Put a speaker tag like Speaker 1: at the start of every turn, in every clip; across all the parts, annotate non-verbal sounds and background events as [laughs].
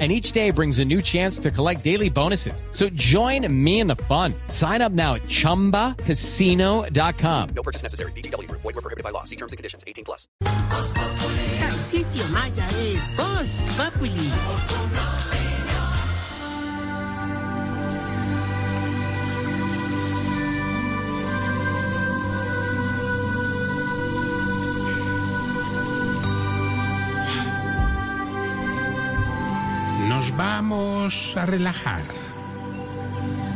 Speaker 1: and each day brings a new chance to collect daily bonuses. So join me in the fun. Sign up now at ChumbaCasino.com.
Speaker 2: No purchase necessary. BGW. Void were prohibited by law. See terms and conditions. 18 plus.
Speaker 3: Tarcisio Maya es Voz Populi.
Speaker 4: Nos vamos a relajar.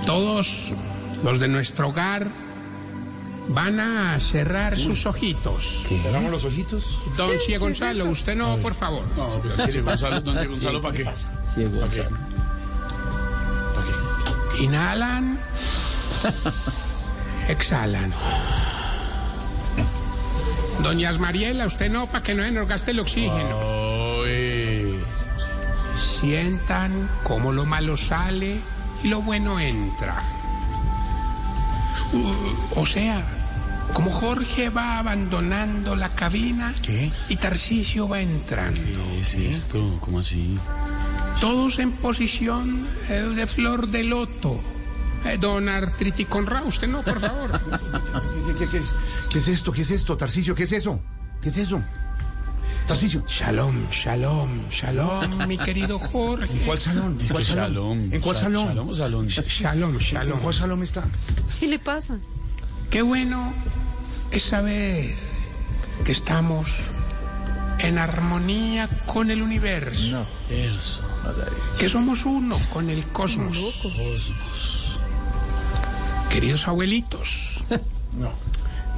Speaker 4: Todos los de nuestro hogar van a cerrar sus ojitos.
Speaker 5: ¿Cerramos los ojitos?
Speaker 4: Don Cie Gonzalo, usted no, por favor.
Speaker 5: [laughs] Sí, Gonzalo, don Diego Gonzalo, ¿para qué? ¿Para qué? ¿Para qué?
Speaker 4: Inhalan. Exhalan. Doñas Mariela, usted no, para que no se nos gaste el oxígeno.
Speaker 5: Ay,
Speaker 4: Sientan cómo lo malo sale y lo bueno entra. U- o sea, como Jorge va abandonando la cabina
Speaker 5: ¿Qué?
Speaker 4: y Tarcisio va entrando.
Speaker 5: ¿Qué es esto? ¿Cómo así?
Speaker 4: Todos en posición eh, de flor de loto. Eh, don Artriticonra, usted no, por favor.
Speaker 6: Ah,
Speaker 5: ¿Qué, qué, qué, qué es esto? ¿Qué es esto, Tarcicio? ¿Qué es eso? ¿Qué es eso? Tarcicio.
Speaker 4: shalom, shalom, shalom, mi querido Jorge.
Speaker 6: [laughs]
Speaker 5: ¿Cuál salón? ¿En cuál salón? ¿En cuál salón?
Speaker 4: Shalom,
Speaker 5: ¿En
Speaker 4: shalom.
Speaker 5: cuál salón está?
Speaker 7: ¿Qué le pasa?
Speaker 4: Qué bueno es saber que estamos en armonía con el universo,
Speaker 5: Eso.
Speaker 4: que somos uno con el cosmos. Queridos abuelitos,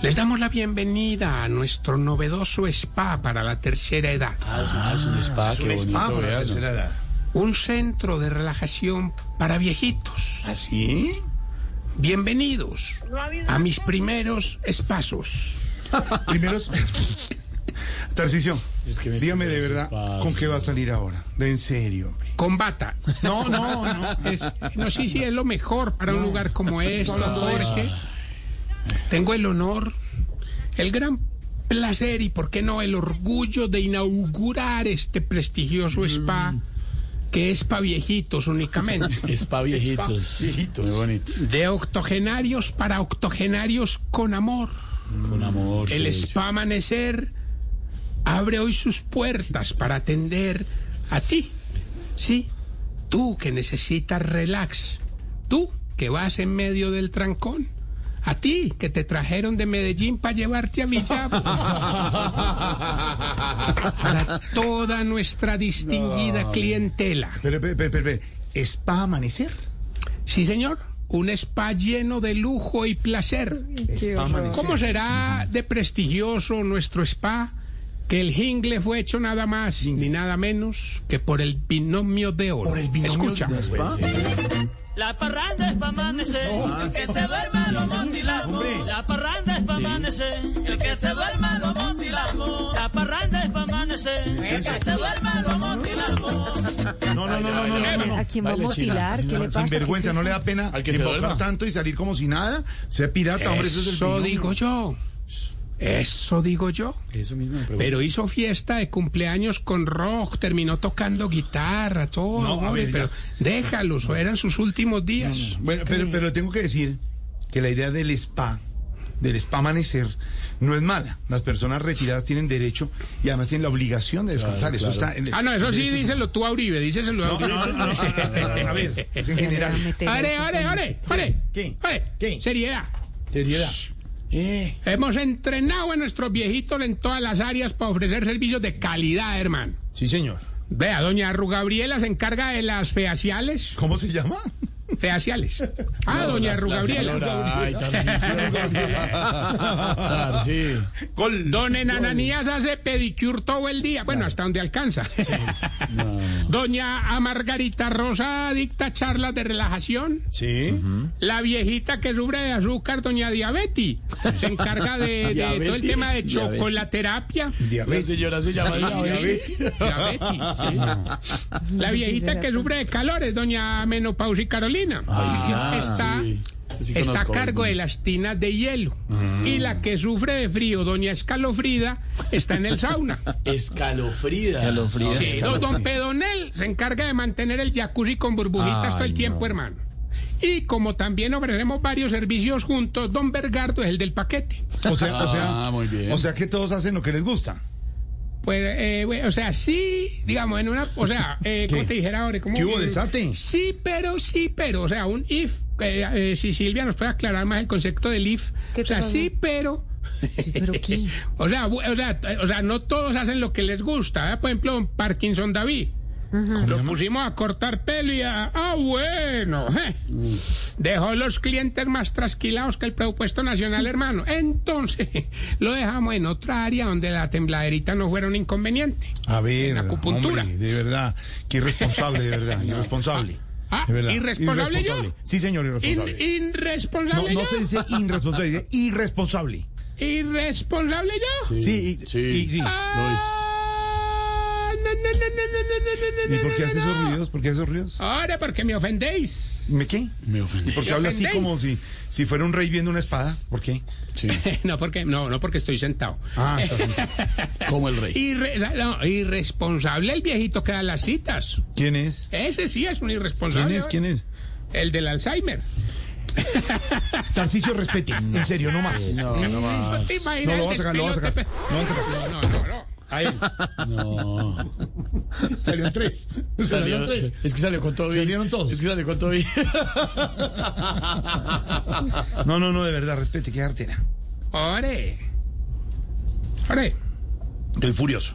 Speaker 4: les damos la bienvenida a nuestro novedoso spa para la tercera edad,
Speaker 5: Ah, es un- ah, es un spa,
Speaker 6: Es
Speaker 5: qué
Speaker 6: un spa
Speaker 5: bonito,
Speaker 6: para la
Speaker 5: vean.
Speaker 6: tercera edad.
Speaker 4: un centro de relajación para viejitos.
Speaker 6: ¿Ah, ¿Así?
Speaker 4: Bienvenidos a mis primeros espacios.
Speaker 5: [laughs]
Speaker 6: Primeros. Tarcicio,
Speaker 5: Es que me
Speaker 6: dígame de
Speaker 5: estoy
Speaker 6: verdad,
Speaker 5: desesperado.
Speaker 6: ¿con qué va a salir ahora? De en serio. hombre.
Speaker 4: Con bata.
Speaker 6: No, no, no.
Speaker 4: Es- no sé si es lo mejor para un lugar como este, Jorge. Tengo el honor, el gran placer y, por qué no, el orgullo de inaugurar este prestigioso spa, que es para viejitos
Speaker 8: [laughs]
Speaker 4: únicamente.
Speaker 5: [laughs] Spa viejitos.
Speaker 6: viejitos.
Speaker 5: Muy bonito.
Speaker 4: De octogenarios para octogenarios con amor.
Speaker 5: Con amor.
Speaker 4: El
Speaker 5: qué
Speaker 4: spa amanecer abre hoy sus puertas para atender a ti. Sí, tú que necesitas relax. Tú que vas en medio del trancón. A ti que te trajeron de Medellín para llevarte a Villavo. para toda nuestra distinguida clientela.
Speaker 6: Pero, pero, pero, pero, ¿spa amanecer?
Speaker 4: Sí, señor. Un spa lleno de lujo y placer.
Speaker 6: ¿Spa amanecer?
Speaker 4: ¿Cómo será de prestigioso nuestro spa que el jingle fue hecho nada más ni nada menos que por el binomio de oro?
Speaker 6: Por el binomio
Speaker 4: Escucha.
Speaker 6: de
Speaker 5: Pues,
Speaker 6: spa.
Speaker 9: La parranda es pa' amanecer, el que se duerma lo montilamos.
Speaker 6: Hombre.
Speaker 9: La parranda es pa' amanecer, el que se duerma lo montilamos. La parranda es pa' amanecer, el que se duerma lo montilamos.
Speaker 6: No, no, no, no, no, no, no, no.
Speaker 7: ¿A quién va a
Speaker 5: Baile,
Speaker 7: motilar? ¿Qué le pasa?
Speaker 6: Sin vergüenza,
Speaker 7: ¿Qué es
Speaker 6: no le
Speaker 7: eso?
Speaker 6: da pena
Speaker 5: Al que se
Speaker 6: embaucar
Speaker 5: duerma.
Speaker 6: tanto y salir como si nada. Sea pirata, hombre, eso es el
Speaker 4: Eso
Speaker 6: binomio.
Speaker 4: digo yo. Eso digo yo.
Speaker 5: Eso mismo me pregunto.
Speaker 4: Pero hizo fiesta de cumpleaños con rock, terminó tocando guitarra, todo.
Speaker 6: No, a
Speaker 4: hombre,
Speaker 6: ver, ya.
Speaker 4: pero déjalos, eran sus últimos días.
Speaker 6: Bueno, pero, pero tengo que decir que la idea del spa, del spa amanecer, no es mala. Las personas retiradas tienen derecho y además tienen la obligación de descansar.
Speaker 5: Claro,
Speaker 6: eso
Speaker 5: claro.
Speaker 6: está en el-
Speaker 4: Ah, no, eso sí,
Speaker 6: en el-
Speaker 4: díselo tú a Uribe, díselo a
Speaker 6: No,
Speaker 4: Uribe.
Speaker 6: no, no, no, a
Speaker 4: [laughs]
Speaker 6: ver, es en
Speaker 7: Ya le va a
Speaker 6: general.
Speaker 7: meter
Speaker 4: ¡Ore,
Speaker 7: eso
Speaker 4: ore,
Speaker 7: con-
Speaker 4: ore! ore,
Speaker 6: ¿Qué?
Speaker 4: ore.
Speaker 6: ¿Qué?
Speaker 4: Seriedad.
Speaker 6: Seriedad. Eh,
Speaker 4: Hemos entrenado a nuestros viejitos en todas las áreas para ofrecer servicios de calidad, hermano.
Speaker 6: sí, señor.
Speaker 4: Vea, doña Rugabriela se encarga de las feaciales.
Speaker 6: ¿Cómo se llama?
Speaker 4: faciales. Ah, doña Rugabriela.
Speaker 6: Ay, Tarcicio.
Speaker 5: [laughs] Ah,
Speaker 6: Tarcicio.
Speaker 4: [laughs]
Speaker 6: Gol.
Speaker 4: Don Enananías hace pedicure todo el día. Bueno, hasta donde alcanza. Doña a Margarita Rosa dicta charlas de relajación.
Speaker 6: Sí.
Speaker 4: La viejita que sufre de azúcar, doña Diabetes, se encarga de, de todo el
Speaker 8: Diabetes.
Speaker 4: tema de
Speaker 8: Diabetes.
Speaker 4: chocolaterapia.
Speaker 8: La
Speaker 6: Diabetes.
Speaker 8: señora se
Speaker 5: Ah,
Speaker 8: llama Diabetes.
Speaker 4: Diabetes, sí. La viejita que sufre de calores, doña Menopausi Carolina. está
Speaker 8: Este Ah, sí
Speaker 4: está a
Speaker 8: conozco Mm.
Speaker 4: cargo de las tinas de hielo. Y la que sufre de frío, doña Escalofrida, está en el
Speaker 8: [laughs]
Speaker 4: sauna.
Speaker 8: Escalofrida.
Speaker 4: Sí, don, don Pedonel se encarga de mantener el jacuzzi con burbujitas todo el tiempo, hermano. Y como también ofrecemos varios servicios juntos, don Bergardo es el del paquete.
Speaker 6: O sea, o sea,
Speaker 8: Ah, muy bien.
Speaker 6: o sea que todos hacen lo que les gusta.
Speaker 4: Pues, eh, güey, o sea, sí, digamos, en una, o sea, eh,
Speaker 6: ¿Qué?
Speaker 4: ¿cómo te dijera ahora? ¿Cómo
Speaker 6: ¿Qué hubo,
Speaker 4: que-
Speaker 6: desate?
Speaker 4: Sí, pero, sí, pero, o sea, un if, eh, eh, si Silvia nos puede aclarar más el concepto del if,
Speaker 7: ¿Qué
Speaker 4: o sea,
Speaker 7: tal?
Speaker 4: sí, pero...
Speaker 7: ¿Pero qué?
Speaker 4: O sea, bu- o, sea, eh, o sea, no todos hacen lo que les gusta. ¿eh? Por ejemplo, don Parkinson David. Lo pusimos a cortar pelo y a... Ah, bueno. eh. Dejó los clientes más trasquilados que el presupuesto nacional, hermano. Entonces, [laughs] lo dejamos en otra área donde la tembladerita no fuera un inconveniente.
Speaker 6: A ver,
Speaker 4: acupuntura.
Speaker 6: hombre, de verdad, que irresponsable,
Speaker 4: [laughs]
Speaker 6: de verdad, irresponsable.
Speaker 4: Ah,
Speaker 6: de verdad,
Speaker 4: ¿irresponsable yo?
Speaker 6: Sí, señor,
Speaker 4: In-
Speaker 6: irresponsable. no,
Speaker 4: irresponsable
Speaker 6: no se
Speaker 4: yo. [laughs]
Speaker 6: dice irresponsable, dice irresponsable.
Speaker 4: Irresponsable yo.
Speaker 6: Sí, y-
Speaker 8: sí.
Speaker 6: y- sí.
Speaker 8: Lo es.
Speaker 4: Ah, no, no, no, no, no, no, no,
Speaker 6: ¿Y
Speaker 4: no,
Speaker 6: por qué
Speaker 4: no,
Speaker 6: hace
Speaker 4: no.
Speaker 6: esos ruidos? ¿Por qué esos ruidos?
Speaker 4: Ahora porque me ofendéis. [laughs]
Speaker 6: ¿Me qué?
Speaker 8: Me ofendí.
Speaker 6: ¿Y por qué habla así como si, si fuera un rey viendo una espada? ¿Por qué?
Speaker 8: Sí,
Speaker 4: No, porque no, no porque estoy sentado.
Speaker 6: Ah, está bien.
Speaker 8: como el rey.
Speaker 4: Irre- no, irresponsable el viejito que da las citas.
Speaker 6: ¿quién es?
Speaker 4: Ese sí es un irresponsable.
Speaker 6: ¿Quién es? ¿Quién es?
Speaker 4: El del Alzheimer.
Speaker 6: Tarcicio, respete. En serio, no más. Ah, No,
Speaker 4: ¿No te imaginas
Speaker 6: lo
Speaker 4: el
Speaker 6: vamos a sacar, lo vamos a sacar.
Speaker 4: despelote,
Speaker 6: Lo vamos a sacar.
Speaker 4: pe- No, no, no.
Speaker 6: A él. [laughs] No. Salieron tres. Salieron
Speaker 8: Salió-
Speaker 6: tres.
Speaker 8: es que salió con todo bien.
Speaker 6: Salieron todos.
Speaker 8: Es que salió con todo bien.
Speaker 6: No, no, no, de verdad, respete, qué artera.
Speaker 4: Ore. Ore.
Speaker 6: Estoy furioso.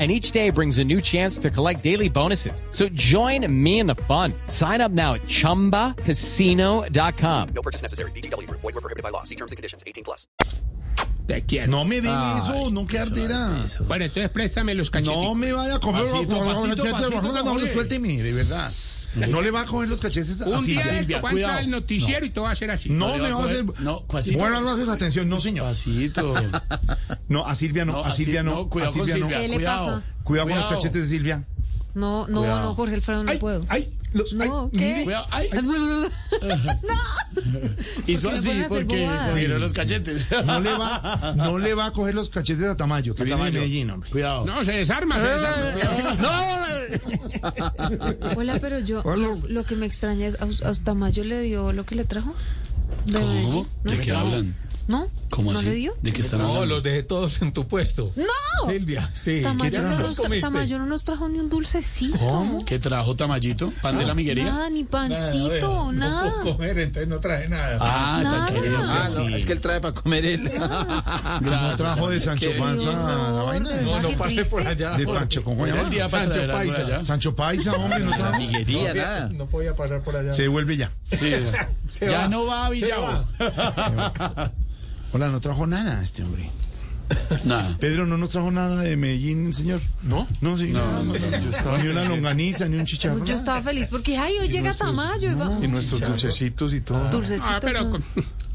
Speaker 1: and each day brings a new chance to collect daily bonuses. So join me in the fun. Sign up now at ChumbaCasino.com.
Speaker 2: No purchase necessary. VGW Group. Void were prohibited by law. See terms and conditions. 18 plus.
Speaker 4: Te quiero.
Speaker 6: No me den eso, no, qué artera.
Speaker 4: Bueno, entonces préstame los cachetes.
Speaker 6: No me vaya a comer los
Speaker 8: Pasito, pasito, pasito,
Speaker 6: No, no,
Speaker 8: Jorge.
Speaker 6: suélteme, de verdad. No le va a coger los cachetes
Speaker 4: Un
Speaker 6: así.
Speaker 4: día de
Speaker 8: Silvia,
Speaker 4: esto va a entrar
Speaker 8: cuidado.
Speaker 4: el noticiero y todo va a ser así.
Speaker 6: No
Speaker 8: le
Speaker 6: me
Speaker 8: va a
Speaker 6: va a
Speaker 8: coger-
Speaker 6: hacer.
Speaker 8: no, Juancito.
Speaker 6: Buenas noches, atención. No,
Speaker 8: [laughs]
Speaker 6: señor.
Speaker 8: Pasito.
Speaker 6: No, a Silvia no, a Silvia no.
Speaker 8: Cuidado
Speaker 6: A Silvia
Speaker 8: con
Speaker 6: no.
Speaker 8: Silvia.
Speaker 7: ¿Qué le
Speaker 8: Cuidado.
Speaker 7: pasa?
Speaker 6: Cuidado con los cachetes de Silvia.
Speaker 7: No, no,
Speaker 8: Cuidado.
Speaker 7: no, Jorge Alfredo, no
Speaker 6: Ay,
Speaker 7: puedo.
Speaker 6: ay, los-
Speaker 7: no,
Speaker 6: ay,
Speaker 7: ¿qué?
Speaker 8: Cuidado. Ay,
Speaker 7: Porque
Speaker 8: hizo
Speaker 7: me
Speaker 8: así
Speaker 7: ponen a hacer
Speaker 8: porque
Speaker 7: bobadas.
Speaker 8: cogieron los cachetes.
Speaker 6: No le va, no le va a coger los cachetes a Tamayo, que viene de
Speaker 8: Tamayo.
Speaker 6: Medellín, hombre.
Speaker 8: Cuidado.
Speaker 4: No, se desarma, se
Speaker 7: Eh,
Speaker 4: desarma.
Speaker 7: Hola, pero yo
Speaker 6: Hola.
Speaker 7: lo, lo que me extraña es, ¿a, a Tamayo le dio lo que le trajo? ¿De Medellín? ¿No?
Speaker 8: ¿De qué hablan?
Speaker 7: ¿No?
Speaker 8: ¿Cómo
Speaker 7: ¿No
Speaker 8: así?
Speaker 7: le dio?
Speaker 8: ¿De qué están
Speaker 10: No,
Speaker 8: hablando?
Speaker 10: los dejé todos en tu puesto.
Speaker 7: ¡No!
Speaker 10: Silvia, sí.
Speaker 7: Tamayo no,
Speaker 10: ¿Qué
Speaker 7: nos tra-
Speaker 10: comiste?
Speaker 7: Tamayo no nos trajo ni un dulcecito.
Speaker 8: ¿Qué trajo Tamayito? ¿Pan de la miguería?
Speaker 7: Nada, ni
Speaker 10: Nada,
Speaker 7: pancito,
Speaker 10: vea, No puedo
Speaker 7: nada.
Speaker 10: comer, entonces no traje nada.
Speaker 8: Ah,
Speaker 7: Nada.
Speaker 8: tan querido.
Speaker 6: Ah, no, es que
Speaker 10: él trae para comer él.
Speaker 6: No trajo de Sancho
Speaker 8: Qué
Speaker 6: Panza
Speaker 7: Dios,
Speaker 6: la vaina.
Speaker 7: Jorge,
Speaker 10: No,
Speaker 7: ¿verdad?
Speaker 10: no
Speaker 7: Qué
Speaker 10: pasé
Speaker 7: triste.
Speaker 10: por allá.
Speaker 6: De
Speaker 10: Jorge.
Speaker 6: Pancho, ¿cómo
Speaker 8: Era
Speaker 6: llama?
Speaker 8: el día para
Speaker 10: Sancho
Speaker 8: traer algo de
Speaker 10: Paisa.
Speaker 8: allá.
Speaker 6: Sancho Paisa, hombre, no trajo.
Speaker 10: No
Speaker 8: Miguería,
Speaker 10: podía-
Speaker 8: nada.
Speaker 10: No podía pasar por allá.
Speaker 6: Se devuelve ya.
Speaker 8: Sí.
Speaker 4: [laughs]
Speaker 10: Se
Speaker 8: Ya
Speaker 10: va.
Speaker 8: no va a Villavo.
Speaker 6: [laughs] Hola, no trajo nada este hombre.
Speaker 8: Nada.
Speaker 6: Pedro, ¿no nos trajo nada de Medellín, señor?
Speaker 10: ¿No?
Speaker 6: No, sí.
Speaker 8: No, no,
Speaker 6: Ni una longaniza, ni un chicharrón.
Speaker 7: Yo estaba feliz porque, ay, hoy llega Tamayo. y va-
Speaker 6: nuestros dulcecitos y todo.
Speaker 7: Dulcecito.
Speaker 4: Ah, pero
Speaker 7: no.
Speaker 4: con-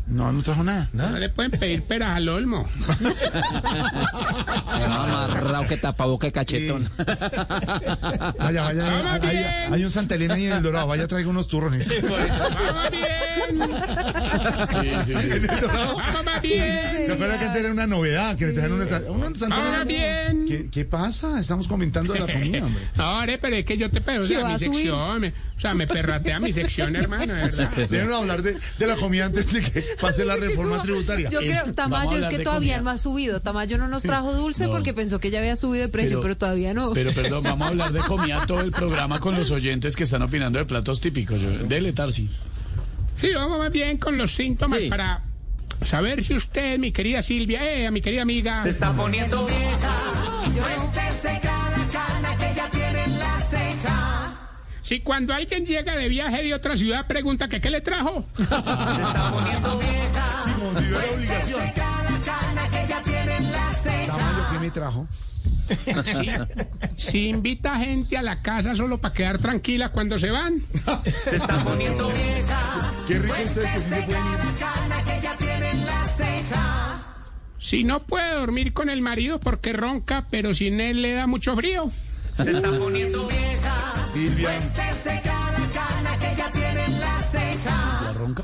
Speaker 6: No, no trajo nada.
Speaker 4: no le pueden pedir peras al olmo.
Speaker 10: Amarrado que tapaboca de
Speaker 6: cachetón. Vaya, vaya.
Speaker 4: Vamos
Speaker 6: hay-
Speaker 4: bien. pues.
Speaker 6: hay- Hay un Santa Elena ahí en El Dorado. Vaya, traiga unos turrones. [laughs]
Speaker 4: ¡Vamos
Speaker 7: [laughs]
Speaker 4: bien!
Speaker 8: Ah, Sí, sí, sí.
Speaker 6: En El Dorado.
Speaker 4: ¡Vamos más bien!
Speaker 6: ¿Se acuerdan que antes era una novedad? Que le trajeron una, sa- una Santa
Speaker 4: ¡Vamos
Speaker 6: Elena?
Speaker 4: más bien! Eh,
Speaker 6: ¿Qué, qué pasa? Estamos comentando de la comida, hombre.
Speaker 4: Ahora, pero es que yo te pedo, o sea,
Speaker 7: va
Speaker 4: mi
Speaker 7: a subir?
Speaker 6: [laughs]
Speaker 4: sección, me- o sea, me perratea mi sección, hermano, de verdad.
Speaker 6: Deben hablar de, de la comida antes de que, pase [laughs] la reforma
Speaker 7: suba.
Speaker 6: tributaria.
Speaker 7: Yo
Speaker 6: Es-
Speaker 7: creo, Tamayo, es
Speaker 8: hablar
Speaker 7: que
Speaker 8: de
Speaker 7: todavía
Speaker 8: comida.
Speaker 7: no ha subido. Tamayo no nos trajo dulce
Speaker 8: No.
Speaker 7: porque pensó que ya había subido de precio, pero, todavía no.
Speaker 8: Pero perdón, vamos a hablar de comida todo el programa con los oyentes que están opinando de platos típicos. Yo- Dele, Tarsi.
Speaker 4: Sí, vamos más bien con los síntomas
Speaker 8: Sí.
Speaker 4: para saber si usted, mi querida Silvia, eh, a mi querida amiga.
Speaker 9: Se está poniendo vieja.
Speaker 7: Yo no.
Speaker 4: Si cuando alguien llega de viaje de otra ciudad pregunta que qué le trajo.
Speaker 6: [laughs] Sí, como si hubiera obligación. Tamayo, ¿qué me trajo?
Speaker 4: Si, si invita gente a la casa solo para quedar tranquila cuando se van.
Speaker 9: Se está poniendo vieja.
Speaker 6: Qué rico ustedes que sí se pueden ir.
Speaker 4: Si no puede dormir con el marido porque ronca, pero sin él le da mucho frío.
Speaker 9: Se está poniendo vieja.
Speaker 6: Silvia,
Speaker 8: ¿La ronca?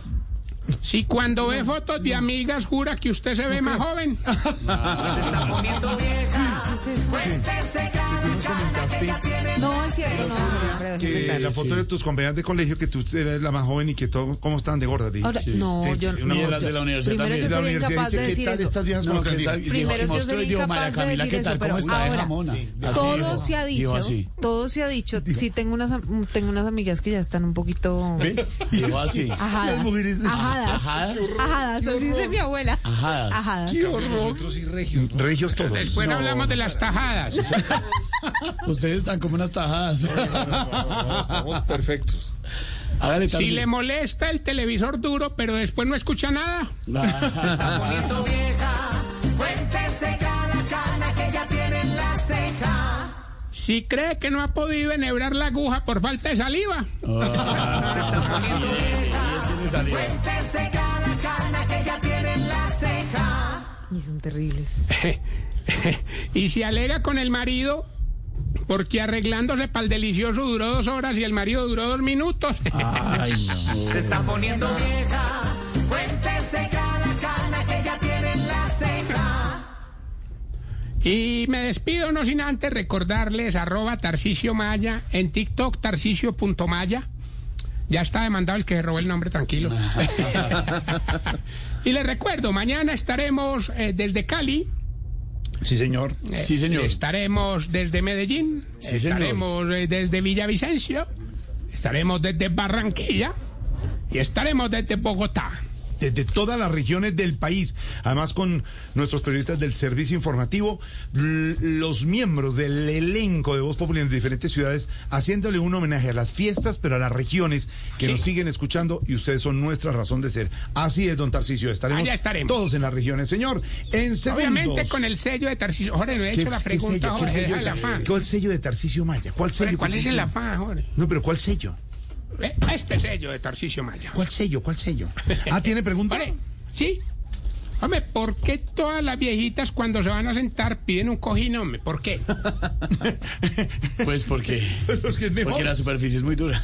Speaker 4: Si cuando ve fotos de amigas jura que usted se ve más joven.
Speaker 9: Se está poniendo vieja.
Speaker 7: ¿Qué es eso?
Speaker 6: que tú nos comentaste
Speaker 7: No, es cierto, no. hombre, déjeme
Speaker 6: que
Speaker 7: estar.
Speaker 6: la foto de tus compañeras de colegio, que tú eres la más joven y que todo, ¿cómo están de gorda?
Speaker 7: Ahora,
Speaker 6: dijiste?
Speaker 7: no,
Speaker 6: Te-
Speaker 7: yo
Speaker 6: te-
Speaker 8: Y
Speaker 6: una
Speaker 8: de las
Speaker 6: hostia.
Speaker 8: de la universidad
Speaker 7: Primero yo
Speaker 8: también.
Speaker 6: La
Speaker 7: sería
Speaker 6: universidad
Speaker 7: incapaz
Speaker 6: dice, ¿qué
Speaker 7: de decir
Speaker 6: tal
Speaker 7: eso.
Speaker 6: estas viejas?
Speaker 8: No,
Speaker 6: ¿Cómo
Speaker 8: ¿qué
Speaker 6: te
Speaker 8: tal?
Speaker 6: digo?
Speaker 7: Primero yo
Speaker 8: Mosca,
Speaker 7: sería
Speaker 8: digo,
Speaker 7: incapaz
Speaker 8: María
Speaker 7: de
Speaker 8: Camila,
Speaker 7: decir
Speaker 8: ¿qué tal?
Speaker 7: eso,
Speaker 8: ¿Cómo
Speaker 7: pero
Speaker 8: está de
Speaker 7: ahora-
Speaker 8: jamona?
Speaker 6: Sí,
Speaker 8: Así
Speaker 7: Todo
Speaker 8: dijo.
Speaker 7: se ha
Speaker 8: Dijo
Speaker 7: dicho,
Speaker 8: así.
Speaker 7: todo se ha dicho. Sí, tengo unas, am- tengo unas amigas que ya están un poquito
Speaker 6: ¿Ve? [laughs]
Speaker 8: Dijo así.
Speaker 7: ajadas.
Speaker 6: Las mujeres-
Speaker 7: Ajadas.
Speaker 8: Ajadas.
Speaker 7: Ajadas, así dice mi abuela.
Speaker 8: Ajadas.
Speaker 7: Ajadas.
Speaker 6: ¡Qué horror! Regios todos.
Speaker 4: Después hablamos de las tajadas.
Speaker 8: Ustedes están como unas tajadas.
Speaker 11: perfectos.
Speaker 8: Hágale, Tarsi.
Speaker 4: Si le molesta el televisor duro, pero después no escucha nada.
Speaker 8: Ah,
Speaker 9: Se está poniendo vieja. Cuéntese cada cana que ya tiene en la ceja.
Speaker 4: Si cree que no ha podido enhebrar la aguja por falta de saliva.
Speaker 9: Se está poniendo vieja. Cuéntese cada cana que ya tiene en la ceja.
Speaker 7: Y son terribles.
Speaker 4: [laughs] y si alega con el marido porque arreglándose para el delicioso duró dos horas y el marido duró dos minutos.
Speaker 8: Ay, no.
Speaker 9: Se está poniendo vieja. Cuéntese cada cana que ya tiene en la ceja.
Speaker 4: [laughs] y me despido no sin antes recordarles arroba Tarcicio Maya en TikTok tarcicio.maya. Ya está demandado el que robó el nombre, tranquilo. [laughs] y les recuerdo, mañana estaremos eh, desde Cali.
Speaker 6: Sí, señor.
Speaker 4: eh,
Speaker 8: Sí, señor.
Speaker 4: Estaremos desde Medellín.
Speaker 8: Sí, señor.
Speaker 4: estaremos eh, desde Villavicencio. Estaremos desde Barranquilla. Y estaremos desde Bogotá.
Speaker 6: desde todas las regiones del país, además con nuestros periodistas del servicio informativo, l- los miembros del elenco de Voz Popular en diferentes ciudades, haciéndole un homenaje a las fiestas, pero a las regiones que nos siguen escuchando y ustedes son nuestra razón de ser. Así es, don Tarcicio, estaremos,
Speaker 4: Allá estaremos.
Speaker 6: todos en las regiones, señor. En segundos,
Speaker 4: Obviamente con el sello de Tarcisio. Jorge, no he
Speaker 6: ¿qué-
Speaker 4: hecho la
Speaker 6: qué
Speaker 4: pregunta,
Speaker 6: sello, qué
Speaker 4: Jorge.
Speaker 6: sello
Speaker 4: deja
Speaker 6: de
Speaker 4: la
Speaker 6: Tar-
Speaker 4: afán.
Speaker 6: ¿Cuál sello de Tarcicio Maya? ¿Cuál sello?
Speaker 4: ¿Cuál es el afán, Jorge?
Speaker 6: No, pero ¿cuál sello?
Speaker 4: Ve, Este sello de Tarcisio Maya.
Speaker 6: ¿Cuál sello? ¿Cuál sello? Ah, ¿tiene pregunta?
Speaker 4: Hombre, sí. Hombre, ¿por qué todas las viejitas cuando se van a sentar piden un cojín, hombre? ¿Por
Speaker 6: [laughs]
Speaker 4: qué?
Speaker 8: Pues porque,
Speaker 6: Porque es mejor.
Speaker 8: porque la superficie es muy dura.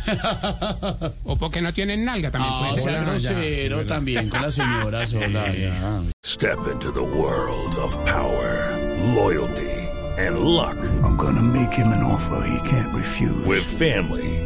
Speaker 4: O porque no tienen nalga también.
Speaker 8: Ah,
Speaker 4: puede
Speaker 8: o
Speaker 4: ser.
Speaker 8: sea,
Speaker 6: Hola, ya.
Speaker 8: grosero también con la señora sola. ya.
Speaker 11: Step into the world of power, loyalty, and luck.
Speaker 5: I'm gonna make him an offer he can't refuse.
Speaker 11: With family,